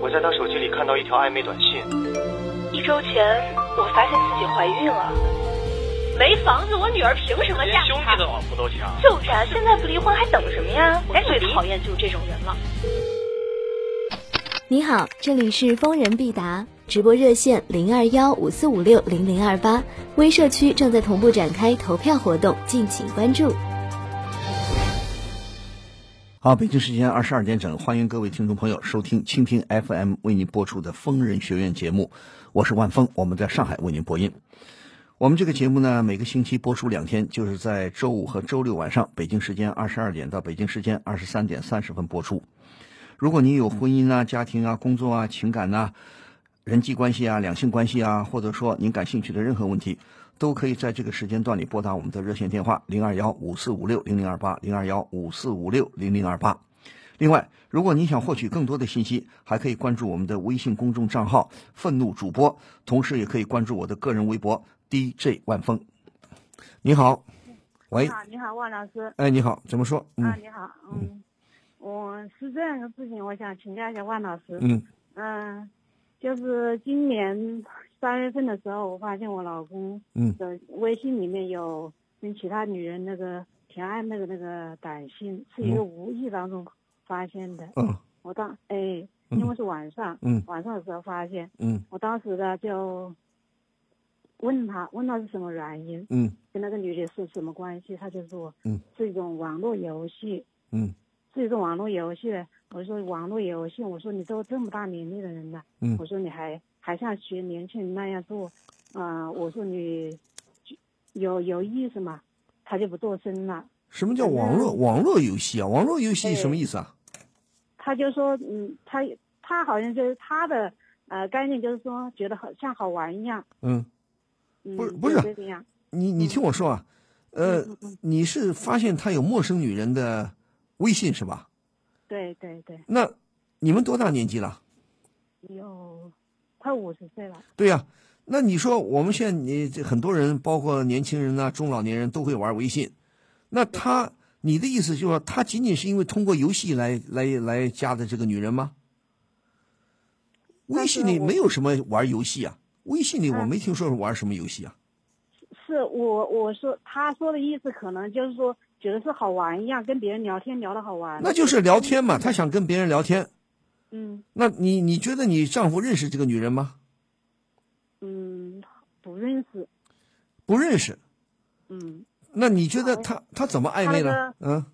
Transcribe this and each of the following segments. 我在她手机里看到一条暧昧短信。一周前，我发现自己怀孕了。没房子，我女儿凭什么嫁给他？老婆都强。就是啊，现在不离婚还等什么呀？我赶紧最离讨厌就是这种人了。你好，这里是疯人必答直播热线零二幺五四五六零零二八，微社区正在同步展开投票活动，敬请关注。好，北京时间二十二点整，欢迎各位听众朋友收听蜻蜓 FM 为您播出的《疯人学院》节目，我是万峰，我们在上海为您播音。我们这个节目呢，每个星期播出两天，就是在周五和周六晚上，北京时间二十二点到北京时间二十三点三十分播出。如果你有婚姻啊、家庭啊、工作啊、情感呐、人际关系啊、两性关系啊，或者说您感兴趣的任何问题，都可以在这个时间段里拨打我们的热线电话零二幺五四五六零零二八零二幺五四五六零零二八。另外，如果您想获取更多的信息，还可以关注我们的微信公众账号“愤怒主播”，同时也可以关注我的个人微博 “DJ 万峰”。你好，喂啊你，好，你好，万老师。哎，你好，怎么说？啊，哎嗯你好，嗯，我是这样一个事情，我想请教一下万老师。嗯嗯、就是今年三月份的时候，我发现我老公嗯的微信里面有跟其他女人那个甜爱那个那个短信，是一个无意当中发现的。嗯我当哎，因为是晚上，嗯晚上的时候发现，嗯我当时呢就问他，问他是什么原因，嗯跟那个女的是什么关系，他就说，嗯，是一种网络游戏，嗯是一种网络游戏。我说网络游戏，我说你都这么大年龄的人了，嗯我说你还还像学年轻人那样做，啊、我说你有有意思吗？他就不做声了，什么嗯叫网络网络游戏啊？网络游戏什么意思啊？他就说，嗯，他他好像就是他的呃概念就是说，觉得好像好玩一样，嗯，嗯，不是不是就这样，你你听我说啊，呃嗯嗯嗯，你是发现他有陌生女人的微信是吧？对对对，那你们多大年纪了？有快五十岁了，对呀、那你说我们现在你这很多人，包括年轻人呐、啊中老年人都会玩微信，那他你的意思就是说，他仅仅是因为通过游戏来来来加的这个女人吗？微信里但是我没有什么玩游戏啊，微信里我没听说是玩什么游戏啊。是我我说他说的意思，可能就是说觉得是好玩一样，跟别人聊天聊的好玩，那就是聊天嘛，她想跟别人聊天。嗯那你你觉得你丈夫认识这个女人吗？嗯不认识，不认识。嗯，那你觉得她她怎么暧昧她呢的？嗯，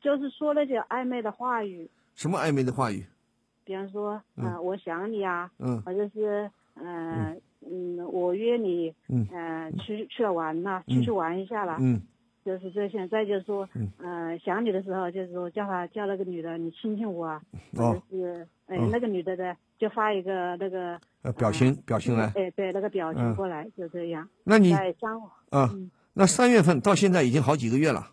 就是说那些暧昧的话语，什么暧昧的话语？比方说，啊，我想你啊，嗯或者是呃嗯我约你，嗯呃去去了玩呐，嗯出去玩一下啦，嗯就是这些。再就是说嗯，呃想你的时候，就是说叫他叫那个女的你亲亲我啊，或哦者，是哎嗯那个女的的就发一个那个呃表情表情来。哎，对，那个表嗯情过来、就这样。那你在嗯相互，啊，那三月份到现在已经好几个月了，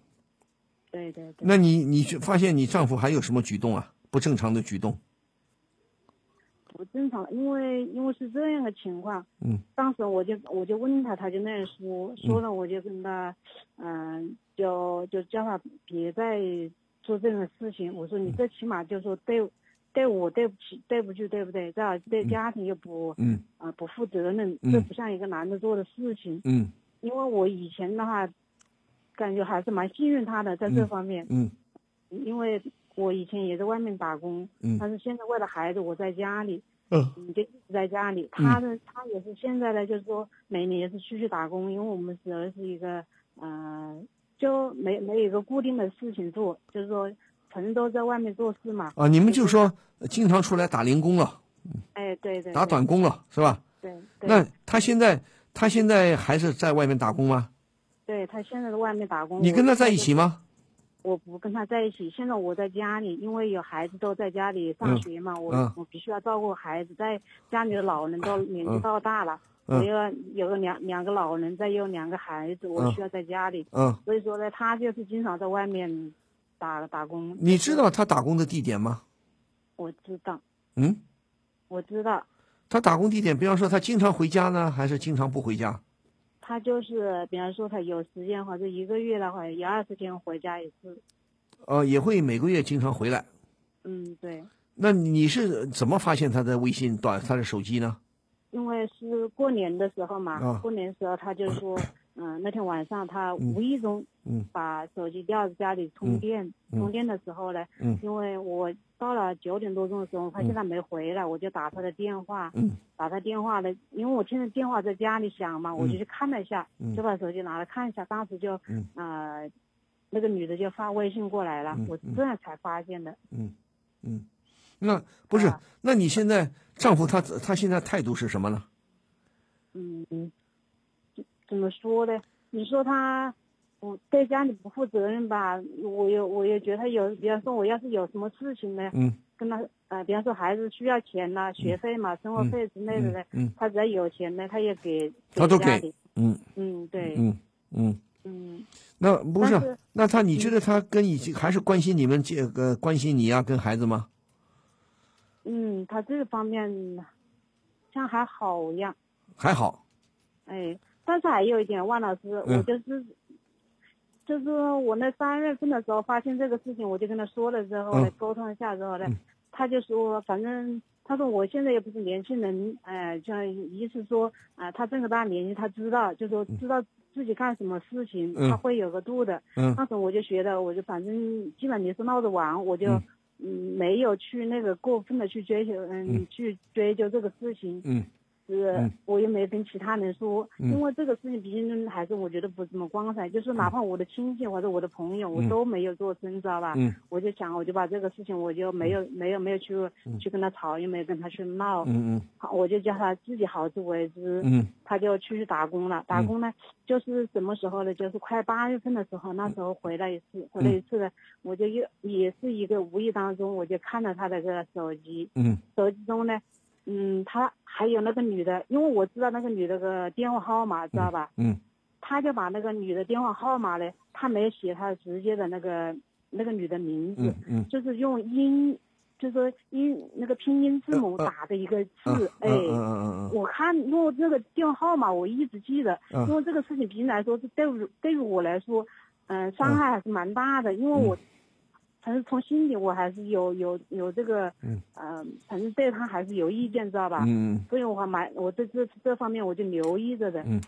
对对对，那你你就发现你丈夫还有什么举动啊？不正常的举动？不正常，因为因为是这样的情况。嗯当时我就我就问他，他就那样说，说了我就跟他，嗯、就就叫他别再做这种事情。我说嗯你最起码就说对对我对不起对不起对不对？这样对家庭又不嗯啊、不负责任，嗯这不像一个男的做的事情。嗯因为我以前的话，感觉还是蛮信任他的，在这嗯方面。嗯因为我以前也在外面打工，嗯但是现在为了孩子，我在家里，嗯嗯，就一直在家里。他呢，他也是现在呢，就是说每年也是出去打工，因为我们主要是一个，呃，就没没有一个固定的事情做，就是说反正都在外面做事嘛。啊，你们就说呃经常出来打零工了，哎，对对，打对短工了，是吧？对对，那他现在他现在还是在外面打工吗？对他现在在外面打工。你我跟他在一就起吗？我不跟他在一起，现在我在家里，因为有孩子都在家里上学嘛，我、嗯我必须要照顾孩子，在家里的老人都年纪到大了，嗯我要有个两两个老人，再有两个孩子，我嗯需要在家里，嗯，所以说呢，他就是经常在外面打打工。你知？道他打工的地点吗？我知道，嗯，我知道，他打工地点，比方说他经常回家呢，还是经常不回家？他就是，比方说他有时间或者一个月的话，有二十天回家一次。呃，也会每个月经常回来。嗯，对，那你是怎么发现他的微信短他的手机呢？因为是过年的时候嘛，啊过年的时候他 就说，嗯、那天晚上他无意中嗯把手机掉在家里充电，嗯充电的时候呢，嗯因为我到了九点多钟的时候，发现他没回来，我就打他的电话，嗯打他电话呢，因为我听着电话在家里响嘛，我就去看了一下，嗯就把手机拿来看一下，当时就，嗯呃，那个女的就发微信过来了，嗯我嗯这样才发现的。嗯嗯，那不是啊？那你现在丈夫他他现在态度是什么呢？嗯，怎么说呢？你说他不对家里不负责任吧？我也我也觉得他有，比方说我要是有什么事情呢，嗯跟他呃，比方说孩子需要钱呐、学费嘛、生活费之类的呢，嗯他只要有钱呢，他也给，他都家给里。嗯嗯，对，嗯嗯，嗯那不但是是？嗯那他你觉得他跟以前还是关心你们这个关心你啊，跟孩子吗？嗯，他这方面像还好一样，还好，哎，但是还有一点，万老师，嗯我就是，就是我那三月份的时候发现这个事情，我就跟他说了之后呢，嗯沟通一下之后呢，嗯他就说，反正他说我现在也不是年轻人，哎、就意思说，啊、他这么大年纪，他知道，就说知道自己干什么事情，嗯他会有个度的。嗯那时候我就觉得，我就反正基本也是闹着玩，我就。嗯嗯没有去那个过分的去追求，嗯，嗯去追究这个事情，嗯是嗯，我也没跟其他人说，嗯因为这个事情毕竟还是我觉得不怎么光彩，就是哪怕我的亲戚或者我的朋友，我嗯都没有做声，你知道吧？嗯我就想，我就把这个事情，我就没有没有没有去去跟他吵，也没有跟他去闹，嗯好我就叫他自己好自为之。嗯他就出去打工了，打工呢，就是什么时候呢？就是快八月份的时候，嗯那时候回来一次，回来一次呢，我就又也是一个无意当中，我就看到他的这个手机，嗯手机中呢，嗯，他还有那个女的，因为我知道那个女的个电话号码，知道吧？嗯他就把那个女的电话号码呢，他没有写他直接的那个那个女的名字，嗯嗯就是用音，就是说音那个拼音字母呃呃打的一个字嗯，哎。嗯嗯我看，因为这个电话号码我一直记得，嗯因为这个事情平时来说是对于对于我来说，嗯、伤害还是蛮大的，因为嗯我，反正从心里我还是有有有这个，嗯嗯、反正对他还是有意见，知道吧？嗯所以我还蛮我对这这方面我就留意着的。嗯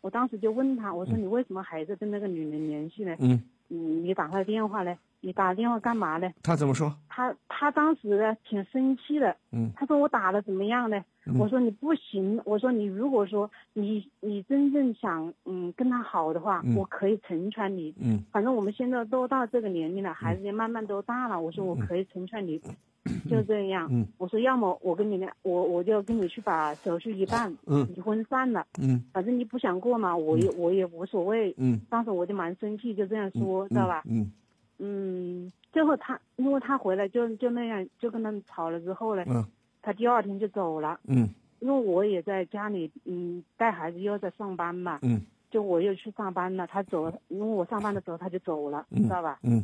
我当时就问他，我说你为什么还在跟那个女人联系呢？嗯，嗯，你打她电话呢？你打电话干嘛呢？他怎么说？他他当时呢挺生气的，嗯他说我打的怎么样呢？嗯我说你不行，我说你如果说你你真正想嗯跟他好的话，嗯我可以成全你。嗯反正我们现在都到这个年龄了，孩子也慢慢都大了，我说我可以成全你， 就这样。嗯我说要么我跟你俩，我我就跟你去把手续一办，嗯离婚算了，嗯反正你不想过嘛，我也我也无所谓。嗯，当时我就蛮生气，就这样说，知道吧？嗯嗯，最后他因为他回来就就那样就跟他们吵了之后呢，嗯他第二天就走了，嗯因为我也在家里，嗯，带孩子又在上班嘛，嗯就我又去上班了，他走了，因为我上班的时候他就走了，嗯知道吧？嗯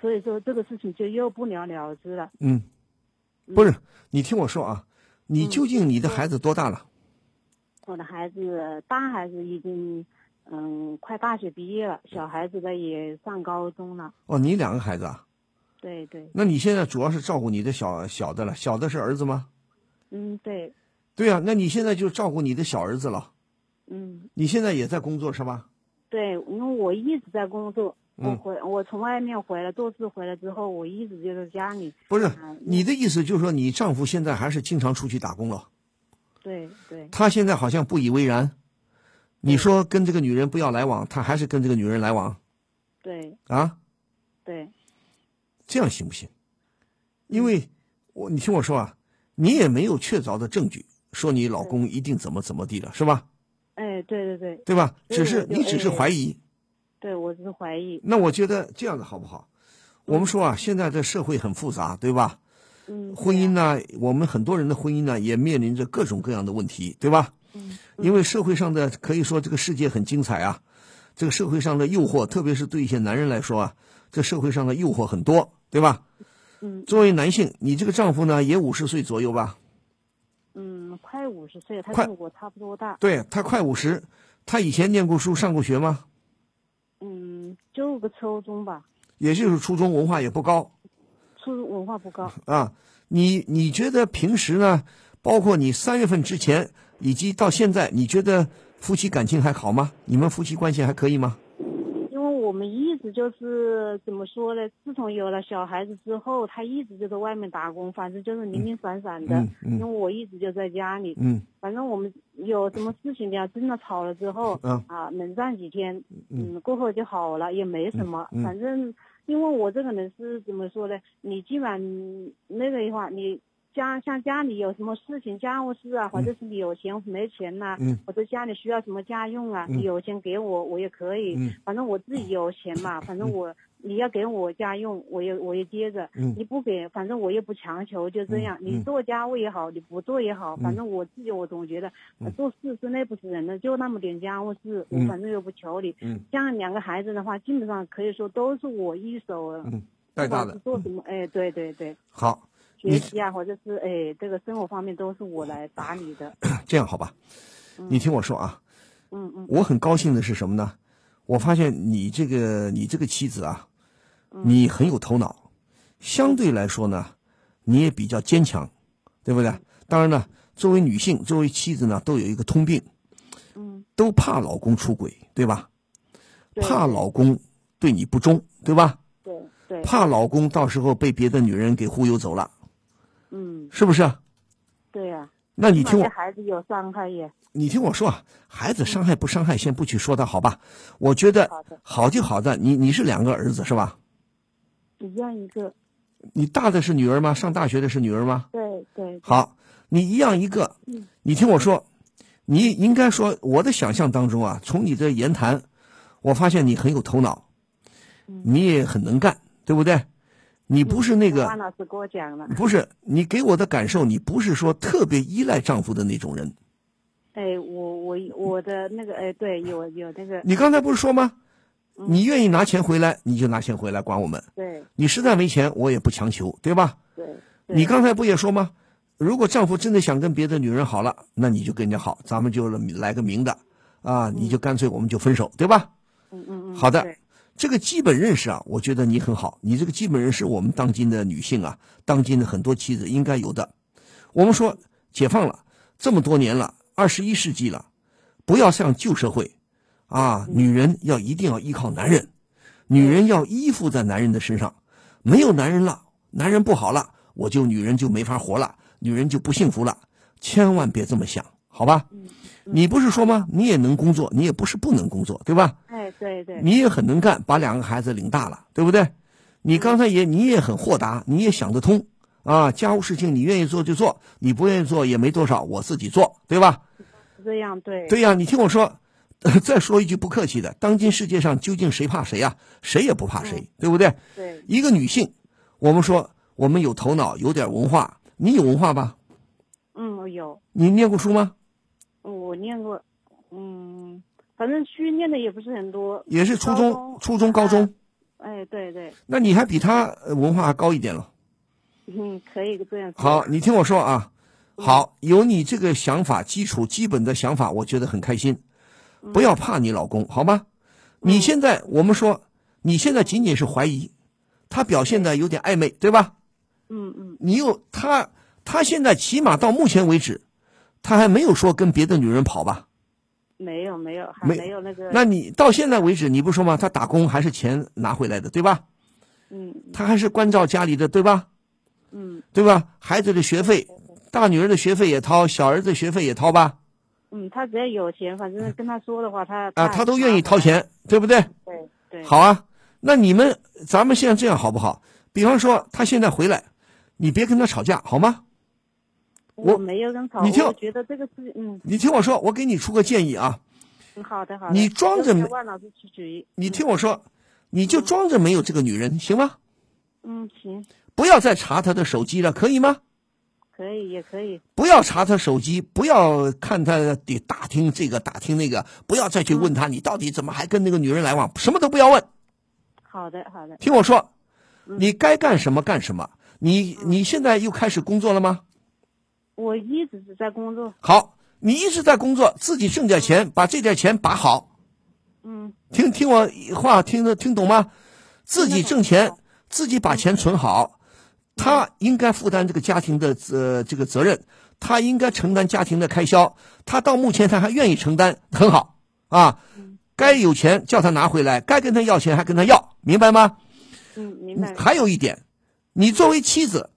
所以说这个事情就又不了了之了。嗯，不是，你听我说啊，你嗯究竟你的孩子多大了？我的孩子大孩子已经，嗯，快大学毕业嗯了，小孩子的也上高中了，哦，你两个孩子啊？对对，那你现在主要是照顾你的小小的了，小的是儿子吗？嗯对，对呀、那你现在就照顾你的小儿子了。嗯你现在也在工作是吧？对，因为我一直在工作，我嗯回我从外面回来做事回来之后，我一直就在家里，不是，嗯你的意思就是说你丈夫现在还是经常出去打工了？对对他现在好像不以为然。你说跟这个女人不要来往，他还是跟这个女人来往对啊？对，这样行不行？因为我你听我说啊，你也没有确凿的证据说你老公一定怎么怎么地了，是吧？哎对对对对吧？对只是对你只是哎怀疑。对，我只是怀疑，那我觉得这样子好不好？我们说啊，现在这社会很复杂，对吧？嗯，婚姻对啊，呢，我们很多人的婚姻呢，也面临着各种各样的问题，对吧？嗯因为社会上的可以说这个世界很精彩啊，这个社会上的诱惑，特别是对一些男人来说啊，这社会上的诱惑很多，对吧？嗯作为男性，你这个丈夫呢也五十岁左右吧？嗯，快五十岁了，他快跟我差不多大，对他快五十，他以前念过书、上过学吗？嗯，就个初中吧，也就是初中文化也不高 初中文化不高，啊。你你觉得平时呢，包括你三月份之前以及到现在，你觉得夫妻感情还好吗？你们夫妻关系还可以吗？因为我们一直就是怎么说呢？自从有了小孩子之后，他一直就在外面打工，反正就是零零散散的。嗯嗯因为我一直就在家里，嗯反正我们有什么事情呀，真的吵了之后，嗯啊，冷战几天，嗯，过后就好了，也没什么。嗯嗯反正因为我这个人是怎么说呢？你基本那个的话，你家像家里有什么事情、家务事啊，或者是你有钱没钱呐、嗯或者家里需要什么家用啊，嗯你有钱给我，我也可以。嗯反正我自己有钱嘛，反正我你要给我家用，我也我也接着。嗯你不给，反正我也不强求，就这样。嗯你嗯做家务也好，你不做也好，嗯反正我自己我总觉得、呃做事是累不死人的，就那么点家务事，我嗯反正又不求你。嗯像两个孩子的话，基本上可以说都是我一手呃嗯，带不管大的是做什么，哎，对对对，好。学你习啊，或者是哎这个生活方面都是我来打理的。这样好吧？你听我说啊，嗯嗯我很高兴的是什么呢？我发现你这个你这个妻子啊，嗯你很有头脑，相对来说呢，你也比较坚强，对不对？嗯当然呢，作为女性，作为妻子呢，都有一个通病，嗯，都怕老公出轨，对吧？对怕老公对你不忠，对吧？对对，怕老公到时候被别的女人给忽悠走了，嗯是不是？对呀、那你起码听我对，孩子有伤害也，你听我说啊，孩子伤害不伤害，先不去说他，好吧？我觉得好的好就好在你你是两个儿子是吧？一样一个，你大的是女儿吗？上大学的是女儿吗？对对，好，你一样一个。嗯你听我说，你应该说，我的想象当中啊，从你的言谈，我发现你很有头脑，嗯你也很能干，对不对？你不是那万个，老师给我讲了，不是你给我的感受，你不是说特别依赖丈夫的那种人。哎，我我我的那个哎，对，有有那个，你刚才不是说吗？你愿意拿钱回来，你就拿钱回来管我们。对你实在没钱，我也不强求，对吧？对，对你刚才不也说吗？如果丈夫真的想跟别的女人好了，那你就跟人家好，咱们就来个明的啊，你就干脆我们就分手，对吧？嗯嗯嗯，好的对，这个基本认识啊，我觉得你很好，你这个基本认识，我们当今的女性啊，当今的很多妻子应该有的。我们说解放了这么多年了，二十一世纪了，不要像旧社会啊，女人要一定要依靠男人，女人要依附在男人的身上，没有男人了，男人不好了，我就女人就没法活了，女人就不幸福了，千万别这么想，好吧？你不是说吗？你也能工作，你也不是不能工作，对吧？哎对对，你也很能干，把两个孩子领大了，对不对？你刚才也你也很豁达，你也想得通啊。家务事情你愿意做就做，你不愿意做也没多少，我自己做，对吧？是这样对，对呀、你听我说， 再说一句不客气的，当今世界上究竟谁怕谁啊？谁也不怕谁，对不对？对一个女性，我们说我们有头脑，有点文化，你有文化吧？嗯，我有，你念过书吗？我念过，嗯，反正去念的也不是很多，也是初中、初中、高中，，哎对对，那你还比她呃文化还高一点了。嗯，可以这样说，好，你听我说啊，嗯好，有你这个想法基础基本的想法，我觉得很开心。嗯不要怕你老公，好吗？你现在我们说，你现在仅仅是怀疑，他表现的有点暧昧，对吧？嗯嗯你又他他现在起码到目前为止，他还没有说跟别的女人跑吧？没有没有还没没有那个，那你到现在为止，你不说吗？他打工还是钱拿回来的，对吧？嗯他还是关照家里的，对吧？嗯对吧？孩子的学费，大女儿的学费也掏，小儿子的学费也掏吧？嗯，他只要有钱，反正跟他说的话，他啊，他都愿意掏，钱，对不对？对对，好啊，那你们咱们现在这样好不好？比方说他现在回来，你别跟他吵架好吗？我我没有跟吵，你听我觉得这个事，嗯，你听我说，我给你出个建议啊，嗯好的好的。你装着没我跟万老师去举，你听我说，你就装着没有这个女人行吗？嗯，行，不要再查她的手机了，可以吗？可以也可以，不要查她手机，不要看她得打听这个打听那个，不要再去问她你到底怎么还跟那个女人来往，什么都不要问。好的好的，听我说，你该干什么干什么。你你现在又开始工作了吗？我一直是在工作，好，你一直在工作，自己挣点钱，把这点钱把好。嗯，听听我话，听得听懂吗？自己挣听得钱懂，嗯自己把钱存好，他应该负担这个家庭的呃这个责任，他应该承担家庭的开销，他到目前他还愿意承担，很好啊。嗯该有钱叫他拿回来，该跟他要钱还跟他要，明白吗？嗯，明白。嗯还有一点，你作为妻子，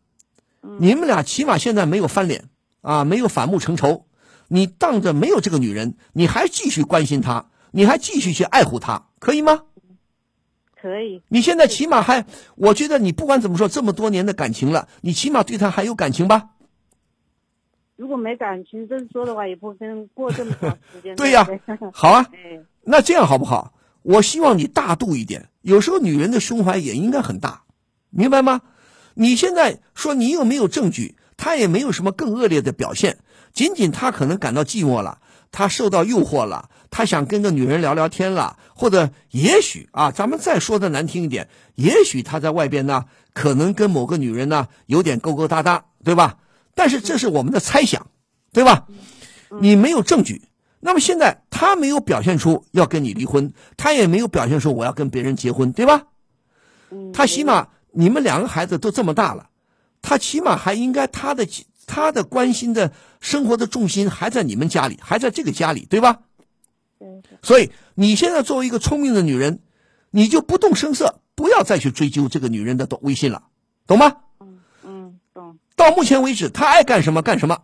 你们俩起码现在没有翻脸啊，没有反目成仇。你当着没有这个女人，你还继续关心她，你还继续去爱护她，可以吗？可以，你现在起码还，我觉得你不管怎么说，这么多年的感情了，你起码对她还有感情吧？如果没感情真说的话，也不跟过这么长时间。对呀不对好啊，哎，那这样好不好？我希望你大度一点，有时候女人的胸怀也应该很大，明白吗？你现在说你又没有证据，她也没有什么更恶劣的表现，仅仅她可能感到寂寞了，她受到诱惑了，她想跟个女人聊聊天了，或者也许啊，咱们再说的难听一点，也许她在外边呢，可能跟某个女人呢有点勾勾搭搭，对吧？但是这是我们的猜想，对吧？你没有证据。那么现在他没有表现出要跟你离婚，他也没有表现出我要跟别人结婚，对吧？嗯，他起码你们两个孩子都这么大了，他起码还应该他的他的关心的生活的重心还在你们家里，还在这个家里，对吧？对对所以你现在作为一个聪明的女人，你就不动声色，不要再去追究这个女人的抖微信了，懂吗？嗯，懂，到目前为止，他爱干什么干什么，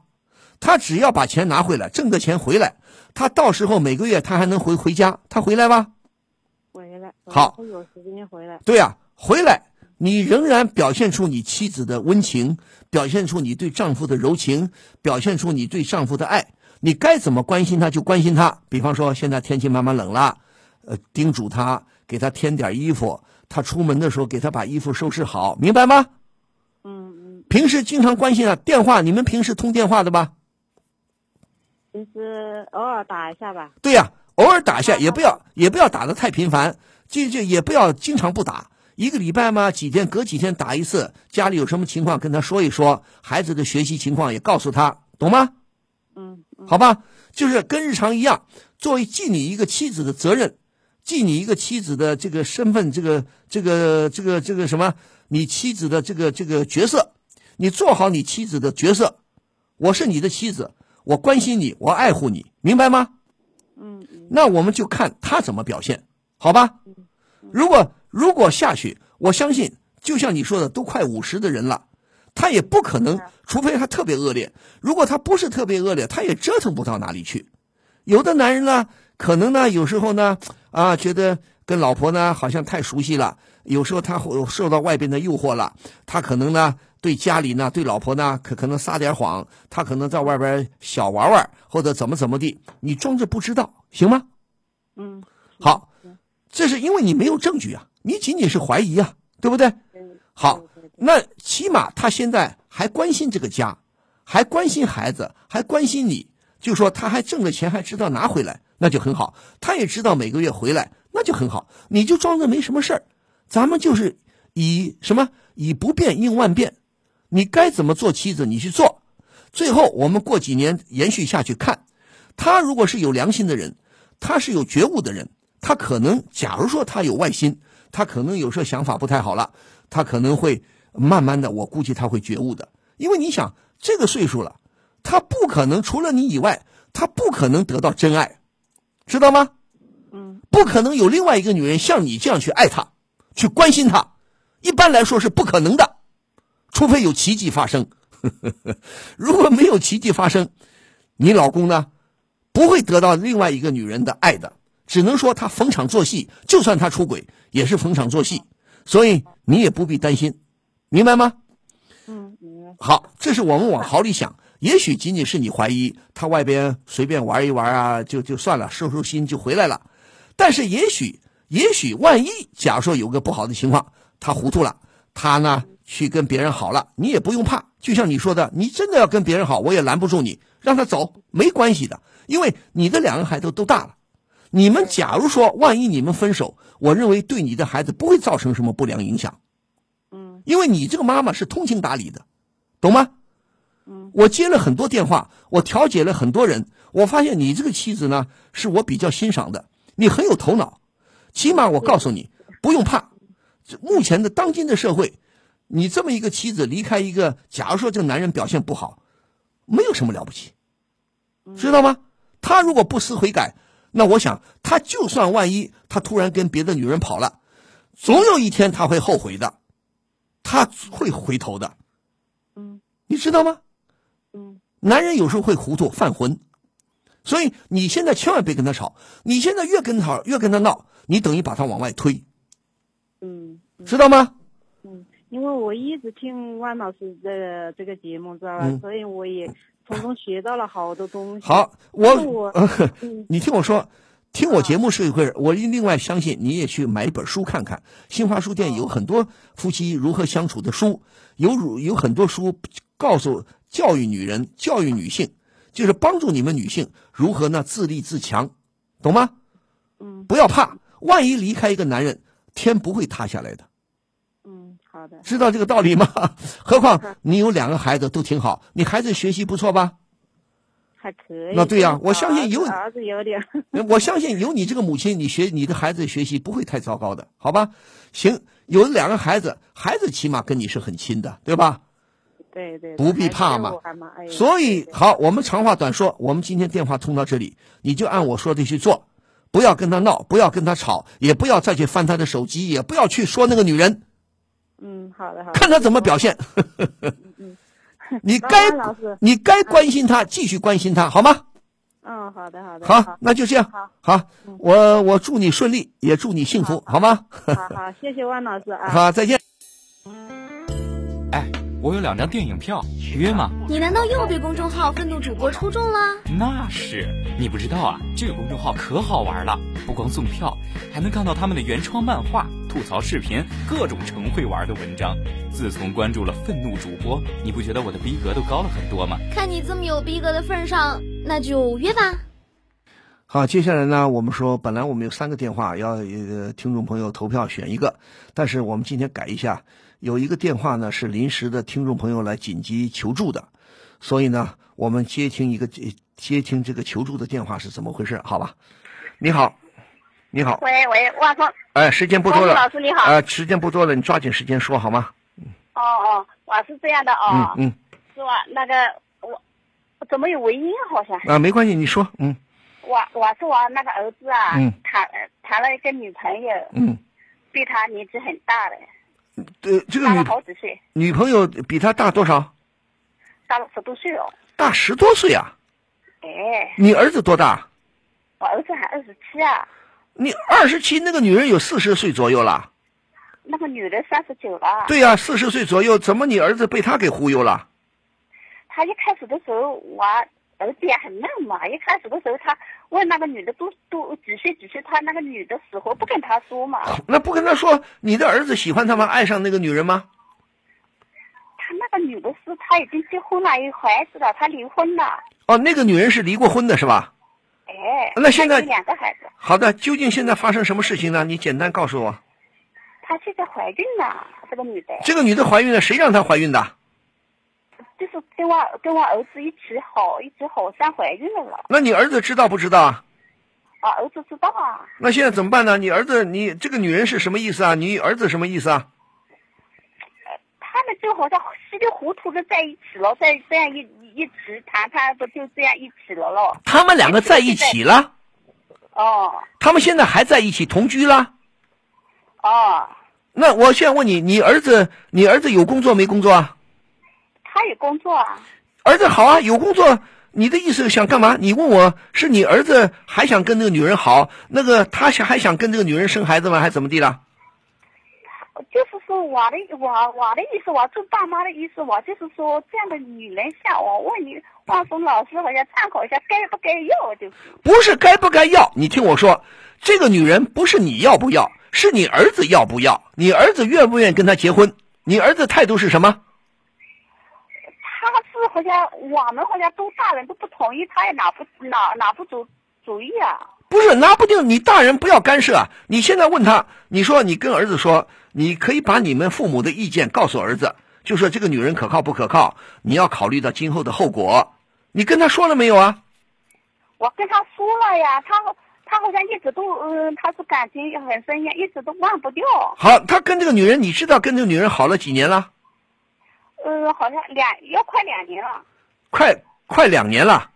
他只要把钱拿回来，挣的钱回来，他到时候每个月他还能回回家，他回来吧？回来。好我有时间回来。对呀、回来你仍然表现出你妻子的温情，表现出你对丈夫的柔情，表现出你对丈夫的爱。你该怎么关心她就关心她，比方说现在天气慢慢冷了，呃，叮嘱她，给她添点衣服，她出门的时候给她把衣服收拾好，明白吗？嗯嗯，平时经常关心啊，电话你们平时通电话的吧？平时偶尔打一下吧。对呀、偶尔打一哦下，也不要也不要打的太频繁，这这也不要经常不打，一个礼拜嘛，几天隔几天打一次，家里有什么情况跟他说一说，孩子的学习情况也告诉他，懂吗？嗯嗯，好吧，就是跟日常一样，作为尽你一个妻子的责任，尽你一个妻子的这个身份，这个这个这个这个什么，你妻子的这个这个角色，你做好你妻子的角色，我是你的妻子，我关心你，我爱护你，明白吗？嗯嗯，那我们就看他怎么表现，好吧？如果如果下去，我相信，就像你说的，都快五十的人了，他也不可能，除非他特别恶劣。如果他不是特别恶劣，他也折腾不到哪里去。有的男人呢，可能呢，有时候呢，啊，觉得跟老婆呢好像太熟悉了，有时候他会受到外边的诱惑了，他可能呢对家里呢对老婆呢可可能撒点谎，他可能在外边小玩玩或者怎么怎么地，你装着不知道行吗？嗯，好，这是因为你没有证据啊，你仅仅是怀疑啊，对不对？对好嗯对对，对那起码他现在还关心这个家，还关心孩子，还关心你，就说他还挣了钱，还知道拿回来，那就很好。他也知道每个月回来，那就很好。你就装着没什么事儿，咱们就是以什么以不变应万变，你该怎么做妻子你去做。最后我们过几年延续下去看，他如果是有良心的人，他是有觉悟的人，他可能假如说他有外心，他可能有时候想法不太好了，他可能会慢慢的，我估计他会觉悟的，因为你想这个岁数了，他不可能除了你以外，他不可能得到真爱，知道吗？嗯，不可能有另外一个女人像你这样去爱他，去关心他，一般来说是不可能的，除非有奇迹发生。 如果没有奇迹发生，你老公呢不会得到另外一个女人的爱的，只能说他逢场作戏。就算他出轨，也是逢场作戏，所以你也不必担心，明白吗？嗯，明白。好，这是我们往好里想。也许仅仅是你怀疑他外边随便玩一玩啊，就就算了，收收心就回来了。但是也许，也许万一，假如说有个不好的情况，他糊涂了，他呢去跟别人好了，你也不用怕。就像你说的，你真的要跟别人好，我也拦不住你，让他走没关系的，因为你的两个孩子都大了。你们假如说万一你们分手，我认为对你的孩子不会造成什么不良影响，嗯因为你这个妈妈是通情达理的，懂吗？嗯我接了很多电话，我调解了很多人，我发现你这个妻子呢，是我比较欣赏的，你很有头脑。起码我告诉你，不用怕。这目前的当今的社会，你这么一个妻子离开一个，假如说这个男人表现不好，没有什么了不起，知道吗？他如果不思悔改，那我想他就算万一他突然跟别的女人跑了，总有一天他会后悔的，他会回头的，嗯你知道吗？嗯男人有时候会糊涂犯浑，所以你现在千万别跟他吵，你现在越跟他吵越跟他闹，你等于把他往外推，嗯知道吗？嗯，因为我一直听万老师的这个节目，知道吧？嗯所以 我也从中学到了好多东西。好，那我呃我嗯你听我说，听我节目是一回事，我另外相信你也去买一本书看看。新华书店有很多夫妻如何相处的书，有如有很多书告诉教育女人、教育女性，就是帮助你们女性如何呢自立自强，懂吗？嗯不要怕，万一离开一个男人，天不会塌下来的。嗯，好的，知道这个道理吗？ 何况你有两个孩子都挺好，你孩子学习不错吧？还可以。那对呀就是我相信有儿子儿 子有点，我相信有你这个母亲，你学你的孩子学习不会太糟糕的，好吧？行，有两个孩子，孩子起码跟你是很亲的，对吧？对对，对不必怕嘛还是我还蛮哎呀所以对对好，我们长话短说，我们今天电话通到这里，你就按我说的去做，不要跟他闹，不要跟他吵，也不要再去翻他的手机，也不要去说那个女人，嗯，好的好的。看他怎么表现。 你那该万嗯老师，你该关心他，继续关心他，好吗？嗯，好的好的，好，那就这样好，嗯好，我我祝你顺利，也祝你幸福，好吗？好好，谢谢万老师 啊。好，再见。哎，我有两张电影票，约吗？你难道又被公众号“愤怒主播”抽中了？那是，你不知道啊，这个公众号可好玩了，不光送票，还能看到他们的原创漫画、吐槽视频、各种成会玩的文章。自从关注了愤怒主播，你不觉得我的逼格都高了很多吗？看你这么有逼格的份上，那就约吧。好，接下来呢，我们说，本来我们有三个电话要呃听众朋友投票选一个，但是我们今天改一下，有一个电话呢是临时的听众朋友来紧急求助的，所以呢，我们接听一个接接听这个求助的电话是怎么回事？好吧，你好，你好，喂喂，万峰，哎，时间不多王了，璐老师你好呃，时间不多了，你抓紧时间说好吗？哦哦，我是这样的哦，嗯是吧？那个我我怎么有回音啊？好像嗯啊，没关系，你说，嗯我我是我那个儿子啊，嗯谈谈了一个女朋友，嗯，比他年纪很大的，呃，这个大了女好几岁，女朋友比他大多少？大了十多岁哦。大十多岁啊，哎，你儿子多大？我儿子还二十七啊，你二十七，那个女人有四十岁左右了。那个女的三十九了。对呀、4四十岁左右，怎么你儿子被她给忽悠了？他一开始的时候，我儿子也很嫩嘛，一开始的时候他问那个女的都都几岁几岁，他那个女的死活不跟他说嘛。那不跟他说你的儿子喜欢他吗？爱上那个女人吗？他那个女的是他已经结婚了，有孩子了，他离婚了。哦，那个女人是离过婚的是吧？哎，那现在她有两个孩子，好的，究竟现在发生什么事情呢？你简单告诉我。她现在怀孕了，这个女的，这个女的怀孕了，谁让她怀孕的？就是跟我跟我儿子一起好，一起好像怀孕了了。那你儿子知道不知道啊？我儿子知道啊，那现在怎么办呢？你儿子，你这个女人是什么意思啊？你儿子什么意思啊？他们就好像稀里糊涂的在一起了，在这样一一直谈谈，不就这样一起了了？他们两个在一起了，哦他们现在还在一起同居了。哦，那我现在问你，你儿子，你儿子有工作没工作啊？他有工作啊，儿子好啊，有工作。你的意思想干嘛？你问我是你儿子还想跟那个女人好，那个他想还想跟这个女人生孩子吗？还怎么地了？就是说我的我我的意思，我做爸妈的意思，我就是说这样的女人像我，问你万峰老师好像参考一下，该不该要就是。不是该不该要？你听我说，这个女人不是你要不要，是你儿子要不要？你儿子愿不愿意跟她结婚？你儿子态度是什么？他是好像我们好像都大人都不同意，他也拿不拿拿不主主意啊。不是拿不定，你大人不要干涉啊！你现在问他，你说你跟儿子说，你可以把你们父母的意见告诉儿子，就说这个女人可靠不可靠，你要考虑到今后的后果。你跟他说了没有啊？我跟他说了呀，他他好像一直都嗯，他是感情很深呀，一直都忘不掉。好，他跟这个女人，你知道跟这个女人好了几年了？呃，好像两要快两年了，快快两年了，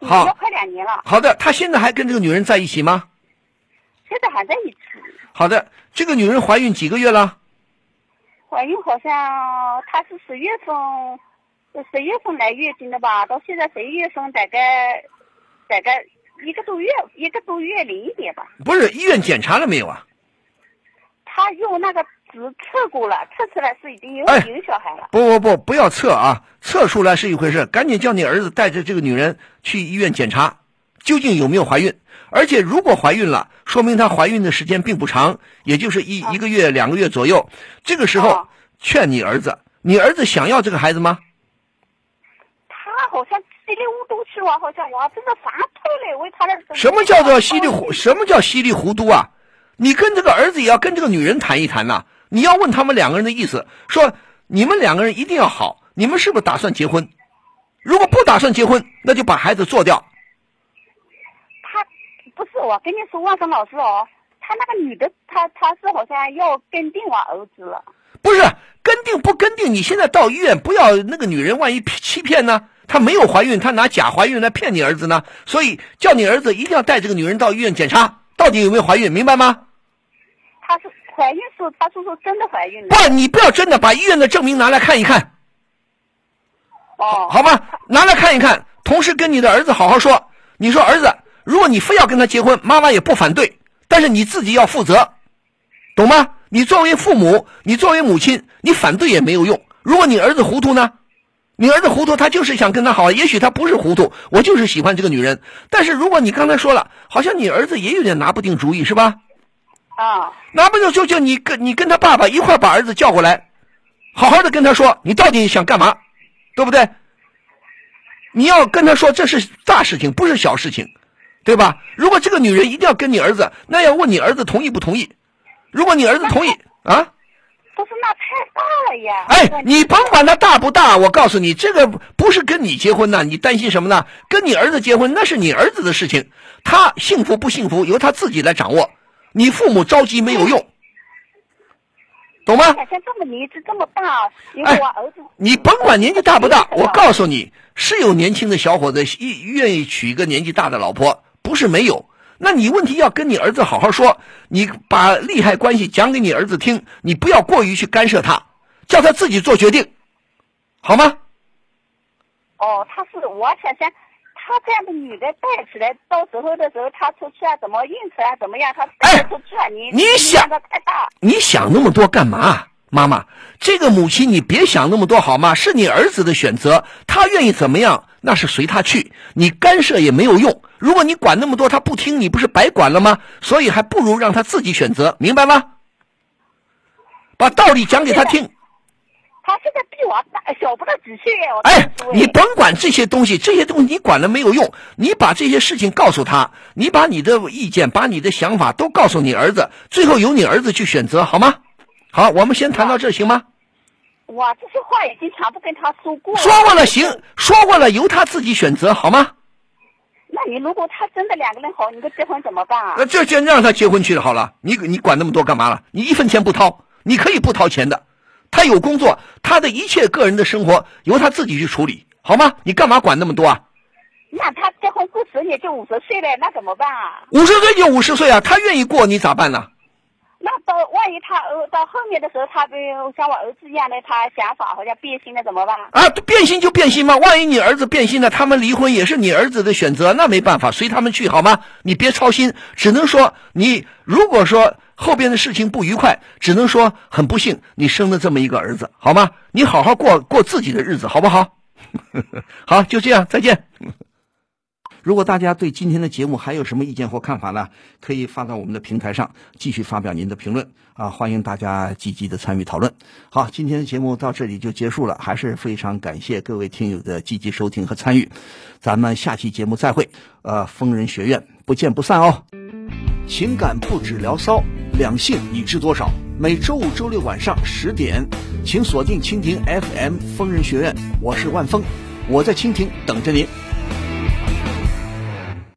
要好快两年了，好的，他现在还跟这个女人在一起吗？现在还在一起，好的，这个女人怀孕几个月了？怀孕好像她是十月份，呃十月份来月经的吧，到现在十一月份大概大概一个多月一个多月零一点吧。不是医院检查了没有啊？她用那个纸测过了，测出来是已经有哎有小孩了。不不不，不要测啊，测出来是一回事，赶紧叫你儿子带着这个女人去医院检查，究竟有没有怀孕。而且如果怀孕了，说明她怀孕的时间并不长，也就是一、一个月、两个月左右。这个时候、哦劝你儿子，你儿子想要这个孩子吗？她好像稀里糊涂去哇，好像哇，真的烦透了，为她的什么叫做稀里糊？什么叫稀里糊涂啊？你跟这个儿子也要跟这个女人谈一谈呐、你要问他们两个人的意思，说你们两个人一定要好，你们是不是打算结婚？如果不打算结婚，那就把孩子做掉。他不是我跟你说，万峰老师哦，他那个女的，她她是好像要跟定我儿子了。不是跟定不跟定，你现在到医院，不要那个女人万一骗欺骗呢？她没有怀孕，她拿假怀孕来骗你儿子呢？所以叫你儿子一定要带这个女人到医院检查，到底有没有怀孕，明白吗？她是怀孕时候，她是说真的怀孕了。不，你不要真的把医院的证明拿来看一看。哦，好吧，拿来看一看。同时跟你的儿子好好说，你说儿子，如果你非要跟他结婚，妈妈也不反对，但是你自己要负责，懂吗？你作为父母，你作为母亲，你反对也没有用。如果你儿子糊涂呢？你儿子糊涂，他就是想跟他好，啊也许他不是糊涂，我就是喜欢这个女人。但是如果你刚才说了，好像你儿子也有点拿不定主意，是吧？啊，拿不定就就你跟你跟他爸爸一块儿把儿子叫过来，好好的跟他说你到底想干嘛，对不对？你要跟他说这是大事情，不是小事情，对吧？如果这个女人一定要跟你儿子，那要问你儿子同意不同意。如果你儿子同意啊，不是那太大了呀。哎，你甭管他大不大，我告诉你，这个不是跟你结婚呐，你担心什么呢？跟你儿子结婚那是你儿子的事情，他幸福不幸福由他自己来掌握，你父母着急没有用，懂吗？好像这么年纪这么大，因哎为我儿子，你甭管年纪大不大，嗯我告诉你，是有年轻的小伙子愿愿意娶一个年纪大的老婆，不是没有。那你问题要跟你儿子好好说，你把利害关系讲给你儿子听，你不要过于去干涉他，叫他自己做决定，好吗？哦，她是我想想。她这样的女的带起来，到时候的时候，她出去啊，怎么应酬啊，怎么样？她带出去啊，你哎你想的太大，你想那么多干嘛？妈妈，这个母亲你别想那么多好吗？是你儿子的选择，他愿意怎么样那是随他去，你干涉也没有用。如果你管那么多，他不听，你不是白管了吗？所以还不如让他自己选择，明白吗？把道理讲给他听。她现在比我大，小不到几岁呀。我哎跟，你说甭管这些东西，这些东西你管了没有用。你把这些事情告诉他，你把你的意见、把你的想法都告诉你儿子，最后由你儿子去选择，好吗？好，我们先谈到这儿，行吗？我这些话已经全部跟他说过 了。说过了行，说过了由他自己选择，好吗？那你如果他真的两个人好，你们结婚怎么办啊那？这就让他结婚去了好了，你你管那么多干嘛了？你一分钱不掏，你可以不掏钱的。他有工作，他的一切个人的生活由他自己去处理，好吗？你干嘛管那么多啊？那他结婚过十年就五十岁了，那怎么办啊？五十岁就五十岁啊，他愿意过你咋办呢？那到万一他呃到后面的时候，他比如像我儿子一样的，他想法好像变心了，怎么办？啊，变心就变心嘛，万一你儿子变心了，他们离婚也是你儿子的选择，那没办法，随他们去好吗？你别操心，只能说你如果说后边的事情不愉快，只能说很不幸，你生了这么一个儿子，好吗？你好好过过自己的日子，好不好？ 好，就这样，再见。如果大家对今天的节目还有什么意见或看法呢，可以发到我们的平台上，继续发表您的评论啊！欢迎大家积极的参与讨论。好，今天的节目到这里就结束了，还是非常感谢各位听友的积极收听和参与，咱们下期节目再会。呃，疯人学院不见不散哦。情感不止聊骚，两性你知多少？每周五、周六晚上十点，请锁定蜻蜓 FM 疯人学院，我是万峰，我在蜻蜓等着您。